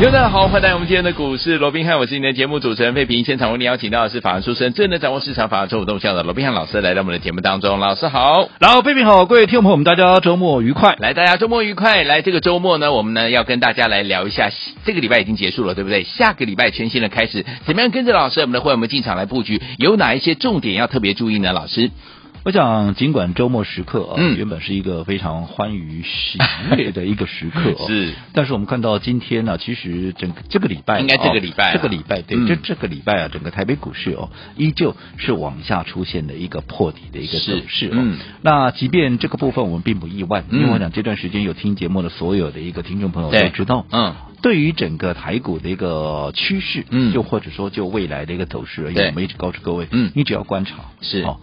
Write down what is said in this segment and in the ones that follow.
各位大家好，欢迎来到我们今天的股市罗宾汉，我是你的节目主持人费平。现场为您邀请到的是法案出身、最能掌握市场法案周动向的罗宾汉老师，来到我们的节目当中。老师好，然后，贝贝好，各位听众朋友们，大家周末愉快。来大家周末愉快！来这个周末呢，我们呢要跟大家来聊一下，这个礼拜已经结束了，对不对？下个礼拜全新的开始，怎么样跟着老师我们的会员们进场来布局？有哪一些重点要特别注意呢？老师，我想，尽管周末时刻啊，嗯，原本是一个非常欢愉喜悦的一个时刻、哦 是。但是我们看到今天呢、其实整个这个礼拜啊，应该这个礼拜啊这个礼拜对，嗯这这个礼拜啊，整个台北股市哦，依旧是往下出现的一个破底的一个是走势哦。嗯那即便这个部分我们并不意外，嗯因为我想这段时间有听节目的所有的一个听众朋友对都知道，嗯，对于整个台股的一个趋势，嗯就或者说就未来的一个走势而对言，我们一直告诉各位，嗯你只要观察，是哦，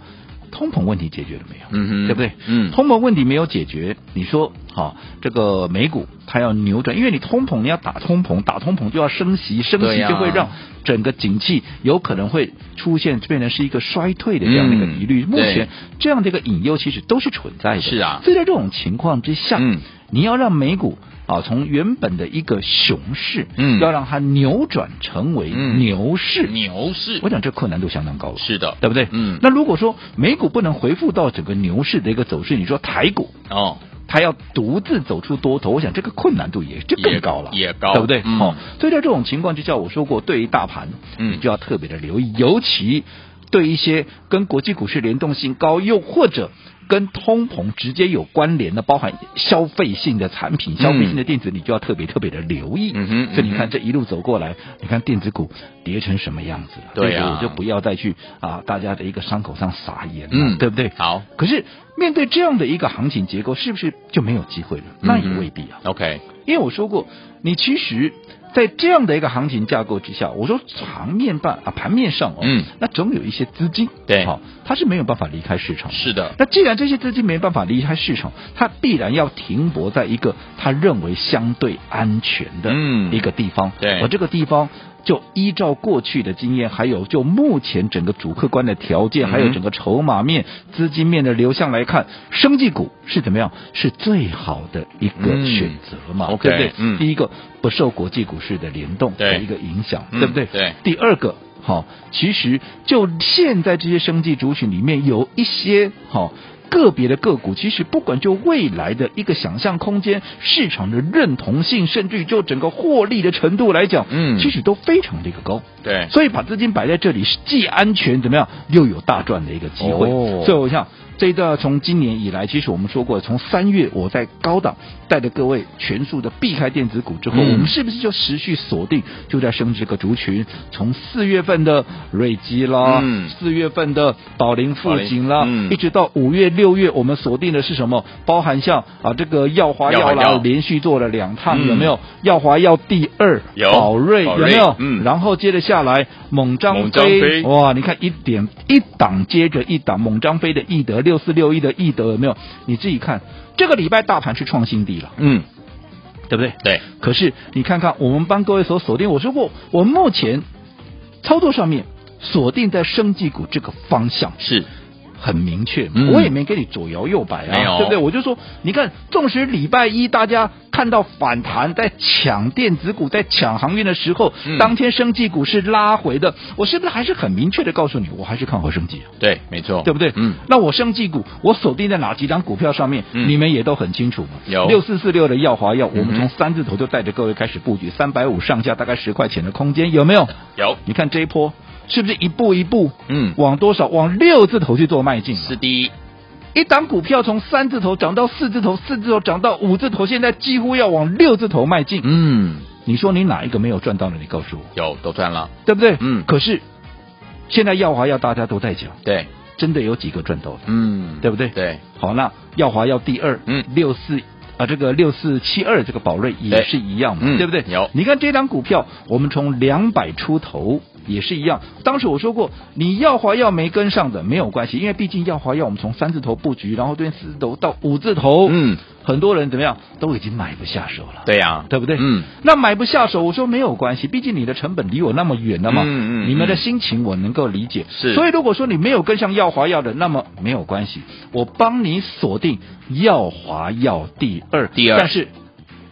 通膨问题解决了没有？嗯哼对不对？嗯通膨问题没有解决，你说好、这个美股它要扭转，因为你通膨你要打通膨，打通膨就要升息，升对息呀就会让整个景气有可能会出现变成是一个衰退的这样的一个嗯疑虑。目对前这样的一个隐忧其实都是存在的。是啊所以在这种情况之下，嗯你要让美股啊从原本的一个熊市，嗯要让它扭转成为嗯牛市，牛市我想这困难度相当高了。是的，对不对？嗯那如果说美股不能回复到整个牛市的一个走势，你说台股哦，它要独自走出多头，我想这个困难度也就更高了，也也高对不对？嗯哦，所以在这种情况之下，我说过，对于大盘，嗯你就要特别的留意，尤其对一些跟国际股市联动性高，又或者。跟通膨直接有关联的，包含消费性的产品、消费性的电子，你就要特别特别的留意。嗯哼所以你嗯哼看这一路走过来，你看电子股跌成什么样子了？对啊所以我就不要再去啊，大家的一个伤口上撒盐了，嗯对不对？好可是面对这样的一个行情结构，是不是就没有机会了？嗯那也未必啊， ，OK，因为我说过，你其实，在这样的一个行情架构之下，我说长面办啊，盘面上哦，嗯那总有一些资金，对好、它是没有办法离开市场的。是的，那既然这些资金没办法离开市场，它必然要停泊在一个他认为相对安全的嗯一个地方。对而这个地方就依照过去的经验，还有就目前整个主客观的条件，嗯还有整个筹码面、资金面的流向来看，生技股是怎么样？是最好的一个嗯选择嘛？ OK，对不对？嗯第一个不受国际股市的联动对的一个影响，嗯对不对？对第二个。好、其实就现在这些生技族群里面，有一些好、个别的个股，其实不管就未来的一个想象空间、市场的认同性，甚至于就整个获利的程度来讲，嗯其实都非常的一个高。对，所以把资金摆在这里是既安全怎么样，又有大赚的一个机会。哦所以我想这一段从今年以来，其实我们说过，从三月我在高档带着各位全数的避开电子股之后，嗯我们是不是就持续锁定就在升值个族群？从四月份的瑞基啦嗯，四、月份的宝林富锦宝啦，林嗯一直到五月、六月，我们锁定的是什么？包含像啊这个耀华耀华药药啦，连续做了两趟，嗯有没有？耀华药第二，有宝瑞宝有瑞没有？嗯然后接着下来猛张猛张飞哇，你看一点一档接着一档，猛张飞的易德六四六一的易德有没有？你自己看，这个礼拜大盘是创新低了，嗯，对不对？对，可是你看看我们帮各位所锁定，我说过，我目前操作上面锁定在生技股这个方向是，很明确，嗯我也没给你左摇右摆没有啊，对不对？我就说，你看，纵使礼拜一大家看到反弹，在抢电子股、在抢航运的时候，嗯当天生技股是拉回的，我是不是还是很明确的告诉你，我还是看好生技啊？对，没错，对不对？哦嗯，那我生技股，我锁定在哪几档股票上面，嗯你们也都很清楚嘛。有六四四六的耀华药，我们嗯哼从三字头就带着各位开始布局，三百五上下大概十块钱的空间，有没有？有，你看这一波是不是一步一步嗯，往多少？往六字头去做迈进啊？是第一，一档股票从三字头涨到四字头，四字头涨到五字头，现在几乎要往六字头迈进。嗯，你说你哪一个没有赚到呢？你告诉我，有都赚了，对不对？嗯可是现在耀华药大家都在讲，对，真的有几个赚到的？嗯，对不对对，好，那耀华药第二，嗯六四。啊，这个六四七二这个宝瑞也对是一样嘛，嗯对不对？有你看这张股票，我们从两百出头也是一样。当时我说过，你耀华药没跟上的没有关系，因为毕竟耀华药我们从三字头布局，然后对四字头到五字头，嗯，很多人怎么样都已经买不下手了。对呀，对不对？嗯，那买不下手，我说没有关系，毕竟你的成本离我那么远了嘛。嗯嗯嗯你们的心情我能够理解。是所以如果说你没有跟上耀华药的，那么没有关系，我帮你锁定耀华药第二，第二但是。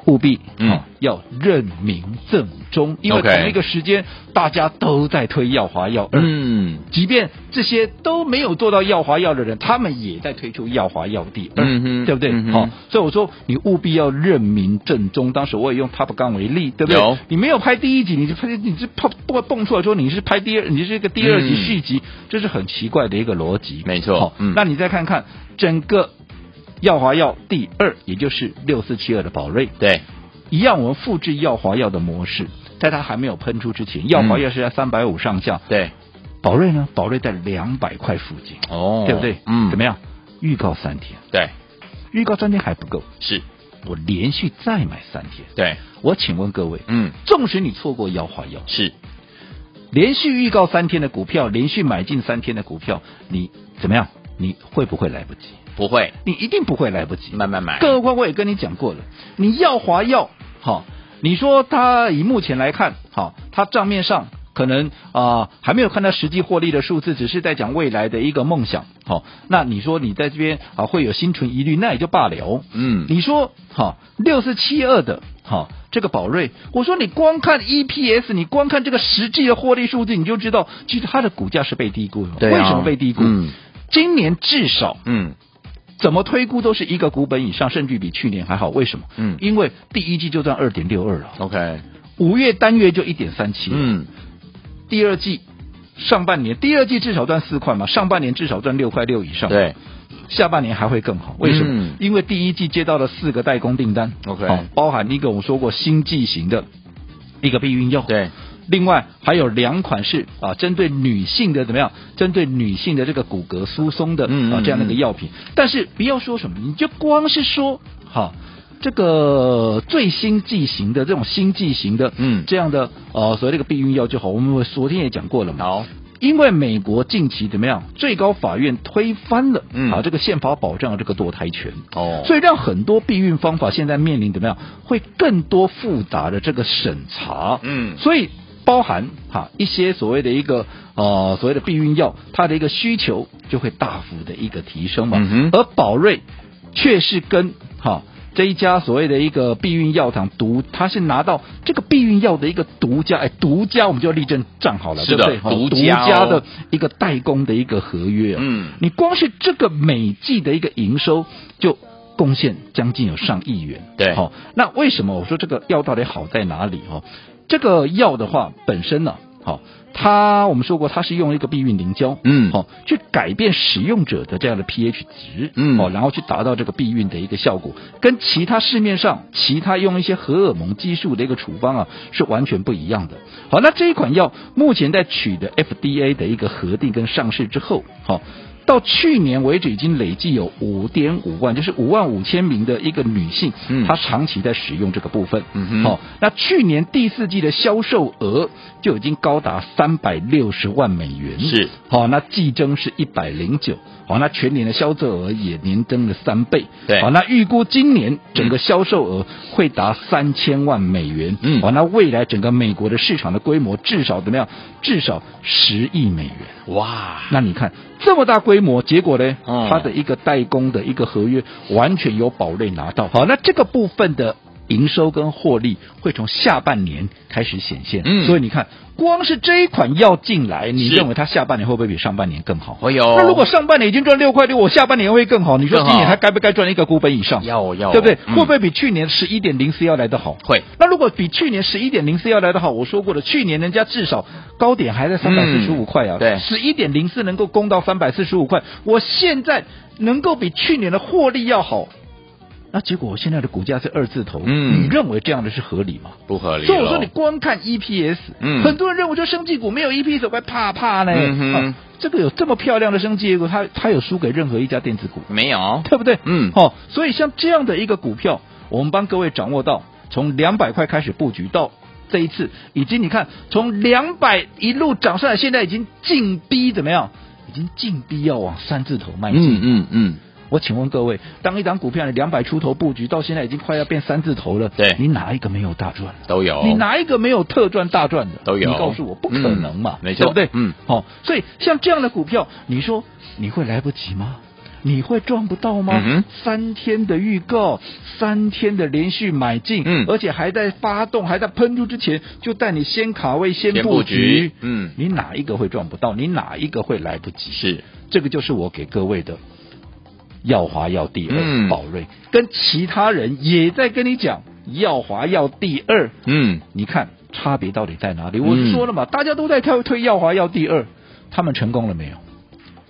务必嗯哦要认明正宗，因为 OK 同一个时间大家都在推耀华药二，嗯即便这些都没有做到耀华药的人，他们也在推出耀华药第二，嗯哼对不对？好、嗯哼所以我说你务必要认明正宗。当时我也用 Top Gun 为例，对不有对？你没有拍第一集，你就拍你是啪蹦蹦出来说你是拍第二，你是一个第二集嗯续集，这是很奇怪的一个逻辑。没错好嗯那你再看看整个耀华药第二，也就是六四七二的宝瑞，对，一样，我们复制耀华药的模式。在它还没有喷出之前，耀华药是在三百五上下，对，宝瑞呢？宝瑞在两百块附近，哦对不对？嗯，怎么？样？预告三天，对，预告三天还不够，是，我连续再买三天。对，我请问各位，嗯，纵使你错过耀华药，是，连续预告三天的股票，连续买进三天的股票，你怎么样？你会不会来不及？不会，你一定不会来不及。慢慢买，更何况我也跟你讲过了，你耀华药好，你说它以目前来看，好，它账面上可能啊、还没有看到实际获利的数字，只是在讲未来的一个梦想。好，那你说你在这边啊会有心存疑虑，那也就罢了哦。嗯，你说好六四七二的好这个宝瑞，我说你光看 EPS，你光看这个实际的获利数字，你就知道其实它的股价是被低估的。对啊为什么被低估？嗯今年至少嗯，怎么推估都是一个股本以上，甚至比去年还好。为什么？嗯因为第一季就赚二点六二了， ，OK，五月单月就一点三七，，嗯，第二季上半年，第二季至少赚四块嘛，上半年至少赚六块六以上，，对，下半年还会更好。为什么？嗯因为第一季接到了四个代工订单 OK 好包含一个我们说过新剂型的一个避孕药，对，另外还有两款是啊，针对女性的怎么样？针对女性的这个骨骼疏松的嗯嗯啊这样的一个药品。但是不要说什么，你就光是说哈、这个最新剂型的这种新剂型的嗯这样的呃所谓这个避孕药就好。我们昨天也讲过了嘛。好，因为美国近期怎么样？最高法院推翻了、嗯啊这个宪法保障的这个堕胎权，哦所以让很多避孕方法现在面临怎么样？会更多复杂的这个审查，嗯所以包含哈一些所谓的一个呃所谓的避孕药，它的一个需求就会大幅的一个提升嘛。嗯哼而宝瑞却是跟哈这一家所谓的一个避孕药厂独，它是拿到这个避孕药的一个独家，哎，独家我们就要立正站好了，是的对不对？哈独家哦独家的一个代工的一个合约、哦，嗯你光是这个每季的一个营收就贡献将近有上亿元。对好、那为什么我说这个药到底好在哪里？哦，这个药的话本身呢、好、它我们说过它是用一个避孕凝胶，嗯好、哦去改变使用者的这样的 pH 值，嗯哦，然后去达到这个避孕的一个效果，跟其他市面上其他用一些荷尔蒙激素的一个处方啊是完全不一样的。好，那这一款药目前在取得 FDA 的一个核定跟上市之后，好、到去年为止，已经累计有五点五万，就是五万五千名的一个女性，嗯她长期在使用这个部分。哦嗯哼好、那去年第四季的销售额就已经高达三百六十万美元。是，好、那季增是一百零九，好，那全年的销售额也年增了三倍，对好、那预估今年整个销售额会达三千万美元，嗯好、那未来整个美国的市场的规模至少怎么样？至少十亿美元。哇，那你看这么大规模，结果呢嗯，它的一个代工的一个合约完全由宝瑞拿到。好，那这个部分的营收跟获利会从下半年开始显现。嗯所以你看，光是这一款药进来，你是认为它下半年会不会比上半年更好？哎呦，那如果上半年已经赚六块六，我下半年会更好。你说更好今年还该不该赚一个股本以上？要要，对不对？嗯会不会比去年十一点零四要来得好？会？那如果比去年十一点零四要来的好，我说过了，去年人家至少高点还在三百四十五块啊，嗯对十一点零四能够攻到三百四十五块，我现在能够比去年的获利要好，那结果我现在的股价是二字头，嗯你认为这样的是合理吗？不合理咯？所以我说你光看 EPS，嗯很多人认为说生技股没有 EPS 我该怕怕呢，嗯哼啊这个有这么漂亮的生技股，它它有输给任何一家电子股吗没有，对不对？嗯哦，所以像这样的一个股票，我们帮各位掌握到，从两百块开始布局到这一次已经你看从两百一路涨上来，现在已经近逼怎么样？已经近逼要往三字头迈进。嗯嗯嗯，我请问各位，当一档股票你两百出头布局，到现在已经快要变三字头了，对你哪一个没有大赚？都有。你哪一个没有特赚大赚的？都有你告诉我，不可能嘛，嗯没错对不对？嗯，哦，所以像这样的股票，你说你会来不及吗？你会赚不到吗？嗯哼三天的预告，三天的连续买进，嗯而且还在发动，还在喷出之前，就带你先卡位，先先布布局嗯你哪一个会赚不到？你哪一个会来不及？是这个就是我给各位的耀华耀第二、嗯宝瑞，跟其他人也在跟你讲耀华耀第二，嗯你看差别到底在哪里？嗯我就说了嘛，大家都在推推耀华耀第二，他们成功了没有？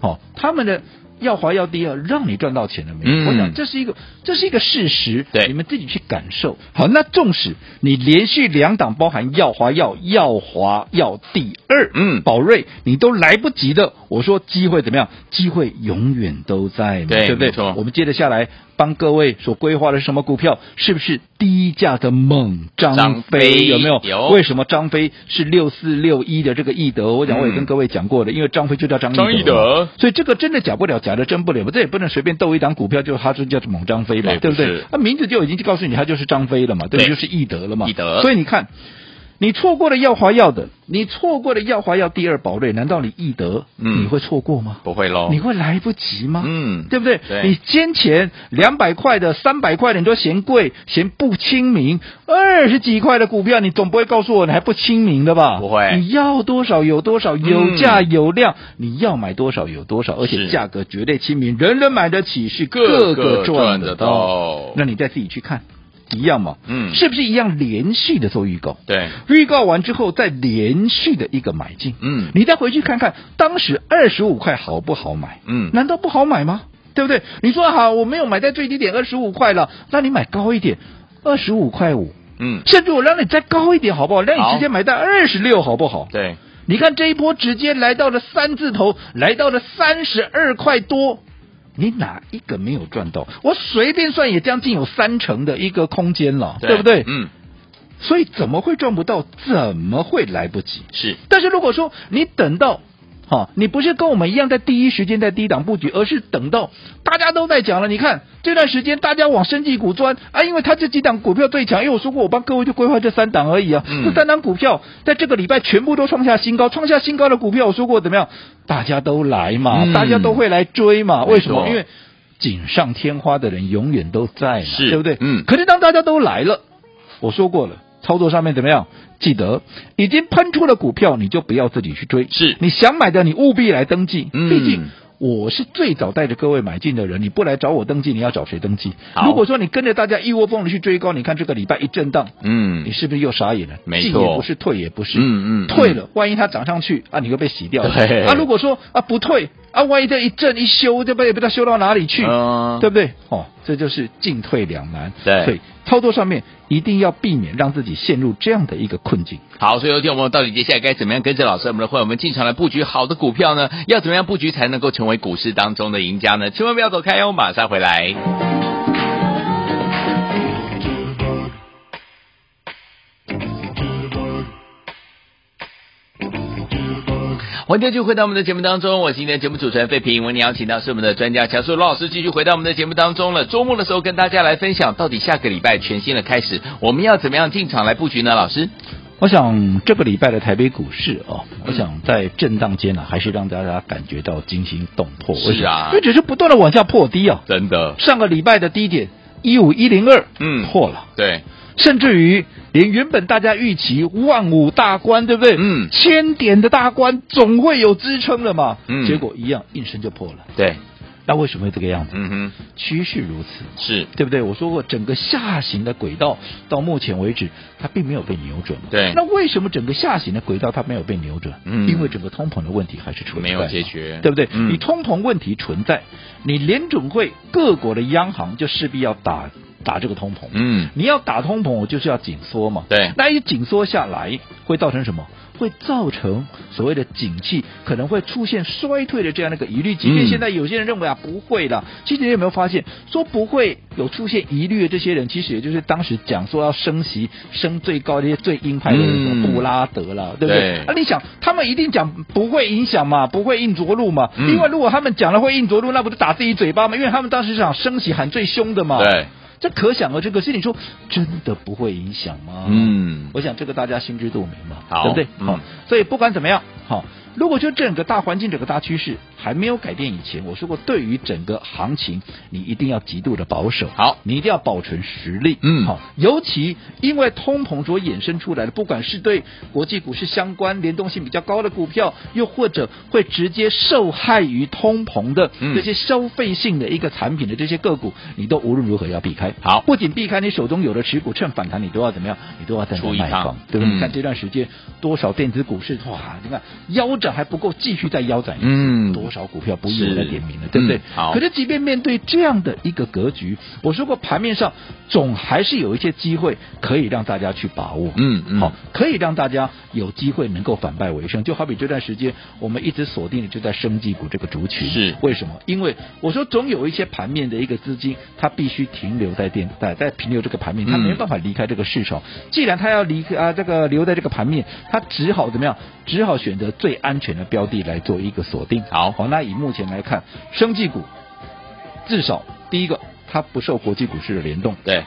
哦，他们的耀华耀第二让你赚到钱了没有？嗯我想这是一个这是一个事实，对你们自己去感受。好，那纵使你连续两档包含耀华耀、耀华耀第二，嗯宝瑞你都来不及的，我说机会怎么样？机会永远都在嘛，对不对没错？我们接着下来帮各位所规划的是什么股票，是不是低价的猛涨？张张飞飞有没有？有为什么张飞是六四六一的这个易德？我讲我也嗯跟各位讲过的，因为张飞就叫张张易易德嘛所以这个真的假不了，假的真不了，这也不能随便斗一档股票就他就叫猛张飞吧，对对不不对是？那名字就已经告诉你他就是张飞了嘛，对不对对，就是易德了嘛，易德所以你看。你错过了耀华耀的，你错过了耀华耀第二宝瑞，难道你易德、嗯你会错过吗？不会喽。你会来不及吗？嗯对不对？对你先前两百块的、三百块的，你都嫌贵、嫌不亲民；二十几块的股票，你总不会告诉我你还不亲民的吧？不会嗯你要多少有多少，有价有量，你要买多少有多少，而且是价格绝对亲民，人人买得起，是个个个个赚赚得得到到。那你再自己去看，一样嘛？嗯是不是一样连续的做预告？对，预告完之后再连续的一个买进，嗯你再回去看看当时二十五块好不好买？嗯难道不好买吗？对不对？你说好，我没有买在最低点二十五块了，那你买高一点，二十五块五，嗯甚至我让你再高一点好不好？让好你直接买到二十六好不好？对，你看这一波直接来到了三字头，来到了三十二块多。你哪一个没有赚到？我随便算也将近有三成的一个空间了，对不对？嗯所以怎么会赚不到？怎么会来不及？是但是如果说你等到，哈、你不是跟我们一样在第一时间在低档布局，而是等到大家都在讲了，你看这段时间大家往生技股钻啊，因为它这几档股票最强，因为我说过我帮各位就规划这三档而已啊，嗯这三档股票在这个礼拜全部都创下新高，创下新高的股票我说过怎么样，大家都来嘛，嗯大家都会来追嘛，没为什错么？因为锦上添花的人永远都在嘛，是对不对？嗯可是当大家都来了。我说过了，操作上面怎么样？记得已经喷出了股票，你就不要自己去追。是你想买的，你务必来登记。嗯毕竟我是最早带着各位买进的人，你不来找我登记，你要找谁登记好？如果说你跟着大家一窝蜂的去追高，你看这个礼拜一震荡，嗯你是不是又傻眼了？没进错也不是，退也不是。嗯嗯嗯退了，万一它涨上去啊，你会被洗 掉。对啊，如果说啊不退啊，万一这一震一修，对不对？也不知道修到哪里去。嗯对不对？哦，这就是进退两难。对所以操作上面一定要避免让自己陷入这样的一个困境。好，所以有听我们到底接下来该怎么样跟着老师我们的会，我们进场来布局好的股票呢？要怎么样布局才能够成为股市当中的赢家呢？千万不要走开哦，马上回来。欢迎继续回到我们的节目当中，我是今天的节目主持人费平。为您邀请到是我们的专家乔树罗老师，继续回到我们的节目当中了。周末的时候跟大家来分享，到底下个礼拜全新的开始，我们要怎么样进场来布局呢？老师，我想这个礼拜的台北股市哦，嗯我想在震荡间呢、还是让大家感觉到惊心动魄。为什是么啊因为只是不断的往下破低啊。真的，上个礼拜的低点一五一零二，嗯破了。对，甚至于连原本大家预期万五大关，对不对？嗯千点的大关总会有支撑了嘛。嗯结果一样应声就破了。对，那为什么会这个样子？嗯趋势如此。哼，是，对不对？我说过，整个下行的轨道到目前为止，它并没有被扭转嘛。对那为什么整个下行的轨道它没有被扭转？嗯因为整个通膨的问题还是存在嘛，没有解决对不对？嗯你通膨问题存在，你联准会各国的央行就势必要打打这个通膨。嗯，你要打通膨，我就是要紧缩嘛。对那一紧缩下来，会造成什么？会造成所谓的景气可能会出现衰退的这样的一个疑虑。即便嗯现在有些人认为啊不会的，其实你有没有发现，说不会有出现疑虑的这些人，其实也就是当时讲说要升息升最高的一些最鹰派的人，什嗯么布拉德啦，对不对？对啊，你想他们一定讲不会影响嘛，不会硬着陆嘛，嗯因为如果他们讲了会硬着陆，那不是打自己嘴巴吗？因为他们当时想升息喊最凶的嘛。。对，这可想而知。可是你说真的不会影响吗？，嗯，我想这个大家心知肚明嘛，好对不对？嗯好，所以不管怎么样，好，如果就整个大环境、整个大趋势还没有改变以前，我说过，对于整个行情，你一定要极度的保守，好你一定要保存实力，嗯好，尤其因为通膨所衍生出来的，不管是对国际股市相关联动性比较高的股票，又或者会直接受害于通膨的嗯这些消费性的一个产品的这些个股，你都无论如何要避开。好不仅避开你手中有的持股，趁反弹你都要怎么样？你都要在出一卖趟方，对不对？嗯你看这段时间多少电子股市哇，你看腰斩还不够，继续在腰斩，嗯多少股票不易我在点名了，是对不对？嗯好可是即便面对这样的一个格局，我说过盘面上总还是有一些机会可以让大家去把握，嗯嗯好，可以让大家有机会能够反败为胜。就好比这段时间我们一直锁定的就在生技股这个族群，是为什么？因为我说总有一些盘面的一个资金，它必须停留在电在在停留这个盘面，它嗯没有办法离开这个市场。既然它要离开啊这个留在这个盘面，它只好怎么样？只好选择最安全的标的来做一个锁定。好好，那以目前来看，生技股至少第一个它不受国际股市的联动，对，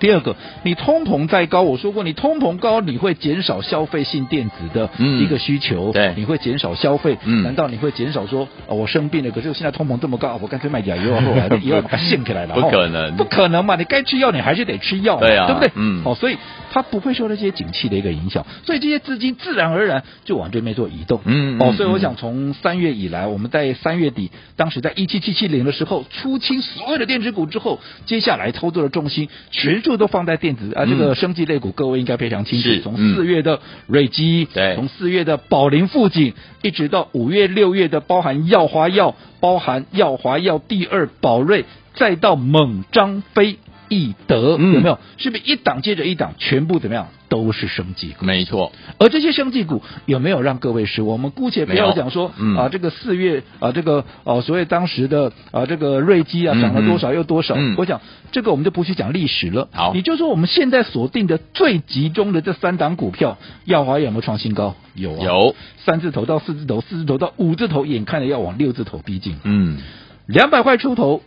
第二个，你通膨再高，我说过，你通膨高，你会减少消费性电子的嗯一个需求，对你会减少消费，嗯难道你会减少说，哦、我生病了，可是我现在通膨这么高，啊我干脆卖点 药，后来药把它限起来了，不哦可能不可能嘛，你该吃药你还是得吃药嘛，对啊不对？嗯哦，所以它不会受到这些景气的一个影响，所以这些资金自然而然就往这边做移动，嗯哦嗯，所以我嗯想从三月以来，我们在三月底，当时在一七七七零的时候出清所有的电子股之后，接下来操作的重心全数都放在电子啊、嗯这个生技类股，各位应该非常清楚是。从嗯四月的瑞基，对从四月的宝林附近，一直到五月、六月的包含耀华药、包含耀华药第二宝瑞，再到猛张飞。易德嗯有没有？是不是一档接着一档，全部怎么样都是生技股？没错，而这些生技股有没有让各位失望？我们姑且不没有要讲说啊、嗯这个四月啊、这个哦、所谓当时的啊、这个瑞基啊嗯涨了多少又多少，嗯我想这个我们就不去讲历史了。好你就说我们现在锁定的最集中的这三档股票，耀华有没有创新高？有、啊，有，三字头到四字头，四字头到五字头，眼看着要往六字头逼近，嗯，两百块出头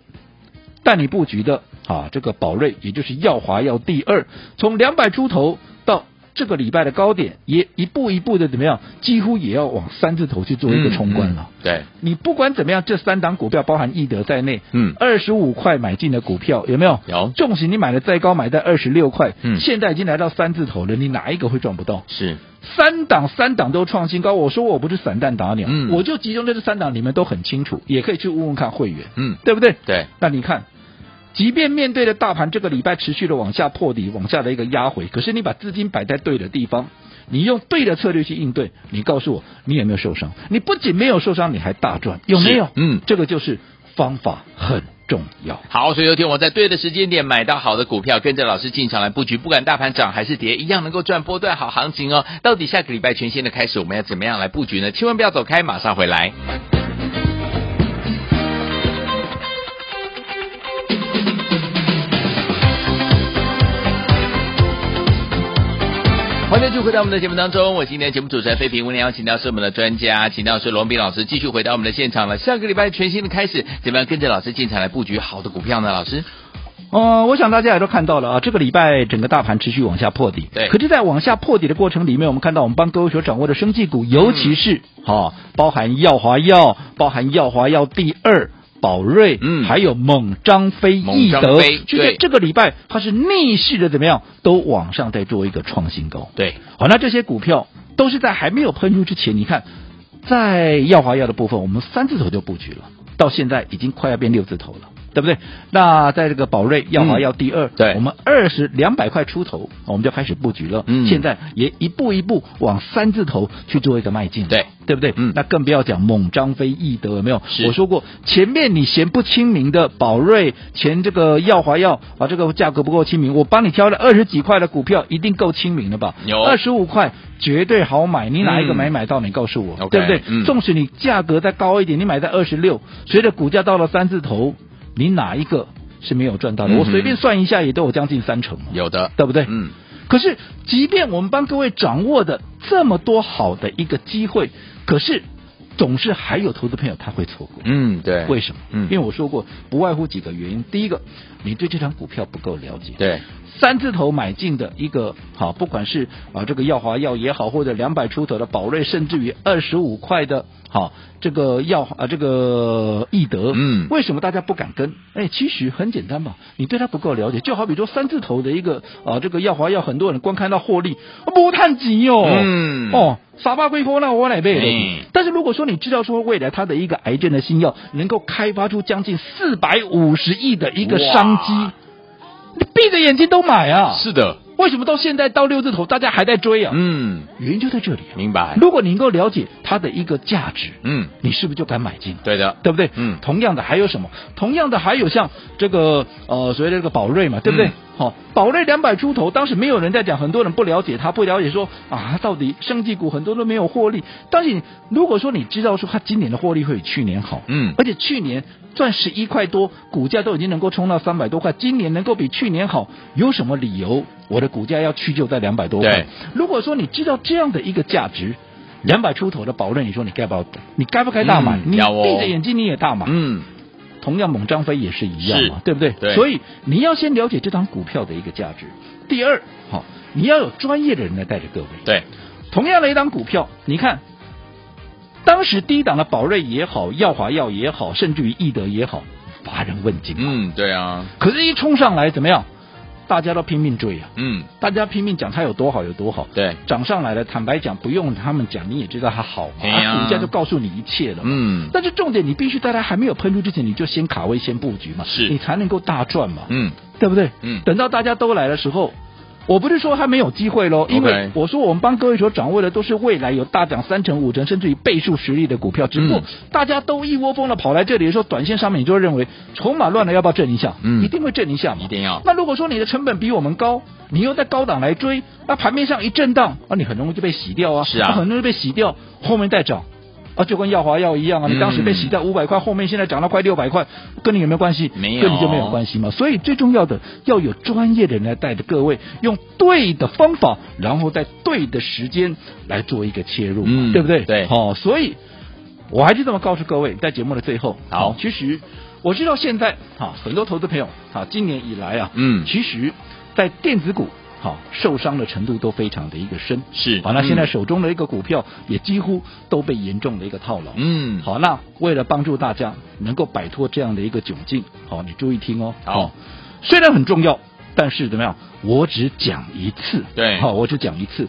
带你布局的啊，这个宝瑞也就是耀华耀第二，从两百出头到这个礼拜的高点，也一步一步的怎么样，几乎也要往三字头去做一个冲关了。嗯，嗯对，你不管怎么样，这三档股票包含易德在内，嗯二十五块买进的股票有没有？有重型你买的再高，买在二十六块，嗯现在已经来到三字头了，你哪一个会赚不到？是，三档三档都创新高，我说我不是散弹打鸟，嗯我就集中在这三档，你们都很清楚，也可以去问问看会员，嗯，对不对？对，那你看，即便面对着大盘这个礼拜持续的往下破底、往下的一个压回，可是你把资金摆在对的地方，你用对的策略去应对，你告诉我你有没有受伤？你不仅没有受伤，你还大赚，有没有是？嗯这个就是方法很重要。好，所以有天我在对的时间点买到好的股票，跟着老师进场来布局，不管大盘涨还是跌，一样能够赚波段好行情哦。到底下个礼拜全新的开始，我们要怎么样来布局呢？千万不要走开，马上回来。欢迎继续回到我们的节目当中，我今天节目主持人费平，我们邀请到是我们的专家，请到是罗文斌老师，继续回到我们的现场了。下个礼拜全新的开始，怎么样跟着老师进场来布局好的股票呢？老师，哦，我想大家也都看到了啊，这个礼拜整个大盘持续往下破底。对可是，在往下破底的过程里面，我们看到我们帮各位所掌握的生技股，尤其是嗯哦，包含耀华药、包含耀华药第二。宝瑞，嗯还有猛张飞、猛易张德飞，就对在这个礼拜，它是逆势的怎么样，都往上在做一个创新高。对，好，那这些股票都是在还没有喷出之前，你看，在耀华药的部分，我们三字头就布局了，到现在已经快要变六字头了。对不对？那在这个宝瑞、耀华、嗯耀第二，对我们二十两百块出头，我们就开始布局了。嗯现在也一步一步往三字头去做一个迈进，对对不对？嗯那更不要讲猛张飞、易德有没有是？我说过，前面你嫌不亲民的宝瑞，前这个耀华耀啊，这个价格不够亲民，我帮你挑了二十几块的股票，一定够亲民了吧？有二十五块绝对好买，你哪一个嗯没买到？你告诉我， OK，对不对？嗯纵使你价格再高一点，你买在二十六，随着股价到了三字头，你哪一个是没有赚到的？嗯哼我随便算一下，也都有将近三成，有的，对不对？嗯，可是，即便我们帮各位掌握的这么多好的一个机会，可是总是还有投资朋友他会错过。嗯，对，为什么？嗯因为我说过，不外乎几个原因。第一个，你对这张股票不够了解。对，三字头买进的一个好，不管是啊这个耀华药也好，或者两百出头的宝瑞，甚至于二十五块的，好这个药啊这个易德，嗯为什么大家不敢跟？哎，其实很简单嘛，你对它不够了解，就好比说三字头的一个啊这个耀华药，很多人光看到获利，啊不探及哟，嗯哦，傻瓜龟壳那我来背的。嗯但是如果说你知道说未来它的一个癌症的新药能够开发出将近四百五十亿的一个商哇机，你闭着眼睛都买啊！是的，为什么到现在到六字头大家还在追啊？嗯，原因就在这里、啊。明白，如果你能够了解它的一个价值，嗯，你是不是就敢买进？对的，对不对？嗯同样的还有什么？同样的还有像这个呃，所谓的这个宝瑞嘛，对不对嗯？好、宝瑞两百出头，当时没有人在讲，很多人不了解它，不了解说啊，到底生技股很多都没有获利。但是你如果说你知道说它今年的获利会比去年好，嗯，而且去年赚十一块多，股价都已经能够冲到三百多块，今年能够比去年好，有什么理由我的股价要屈就在两百多对块？如果说你知道这样的一个价值，两百出头的保证，你说你该不要，你该不该大买？嗯你要哦闭着眼睛你也大买。嗯，同样，猛张飞也是一样嘛是，对不对？对所以你要先了解这张股票的一个价值。第二，好、你要有专业的人来带着各位。对，同样的一档股票，你看，当时低档的宝瑞也好，耀华药也好，甚至于易德也好，乏人问津。嗯，对啊，可是，一冲上来怎么样？大家都拼命追啊，嗯，大家拼命讲它有多好有多好。对，涨上来了，坦白讲，不用他们讲，你也知道它好嘛，哎呀它股价就告诉你一切了嘛。嗯，但是重点，你必须在它还没有喷出之前，你就先卡位、先布局嘛，是你才能够大赚嘛，嗯，对不对？嗯等到大家都来的时候，我不是说它没有机会喽，因为 OK 我说我们帮各位所掌握的都是未来有大涨三成、五成，甚至于倍数实力的股票，只不过嗯大家都一窝蜂的跑来这里的时候，短线上面你就会认为筹码乱了，要不要震一下？嗯一定会震一下嘛一。定要，那如果说你的成本比我们高，你又在高档来追，那盘面上一震荡，啊，你很容易就被洗掉啊，是啊很容易被洗掉，后面再涨。啊，就跟耀华药一样啊，嗯你当时被洗掉五百块，后面现在涨到快六百块，跟你有没有关系？没有跟你就没有关系嘛。所以最重要的要有专业的人来带着各位，用对的方法，然后在对的时间来做一个切入嘛，嗯对不对？对好、所以我还是这么告诉各位，在节目的最后，好其实我知道现在啊，很多投资朋友啊，今年以来啊，嗯其实，在电子股好受伤的程度都非常的一个深，是好，那现在嗯手中的一个股票也几乎都被严重的一个套牢，嗯，好，那为了帮助大家能够摆脱这样的一个窘境，好，你注意听哦。好哦，虽然很重要，但是怎么样？我只讲一次。对好，我只讲一次。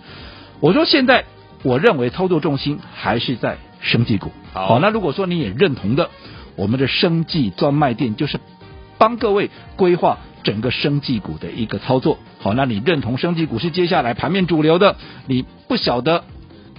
我说现在我认为操作重心还是在生技股。好那如果说你也认同的，我们的生技专卖店就是帮各位规划。整个生技股的一个操作，好，那你认同生技股是接下来盘面主流的，你不晓得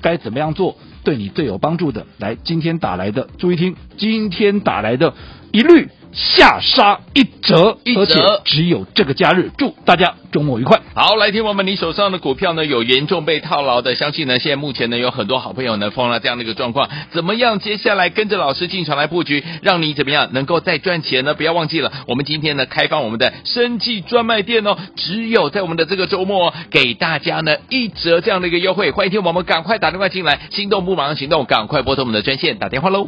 该怎么样做对你最有帮助的？来，今天打来的，注意听，今天打来的，一律下杀一折，一折而且只有这个假日。祝大家周末愉快。好，来听我们，你手上的股票呢有严重被套牢的，相信呢现在目前呢有很多好朋友呢碰到这样的一个状况，怎么样？接下来跟着老师进场来布局，让你怎么样能够再赚钱呢？不要忘记了，我们今天呢开放我们的生计专卖店哦，只有在我们的这个周末哦给大家呢一折这样的一个优惠，欢迎听我们赶快打电话进来，心动不马上行动，赶快拨通我们的专线打电话喽。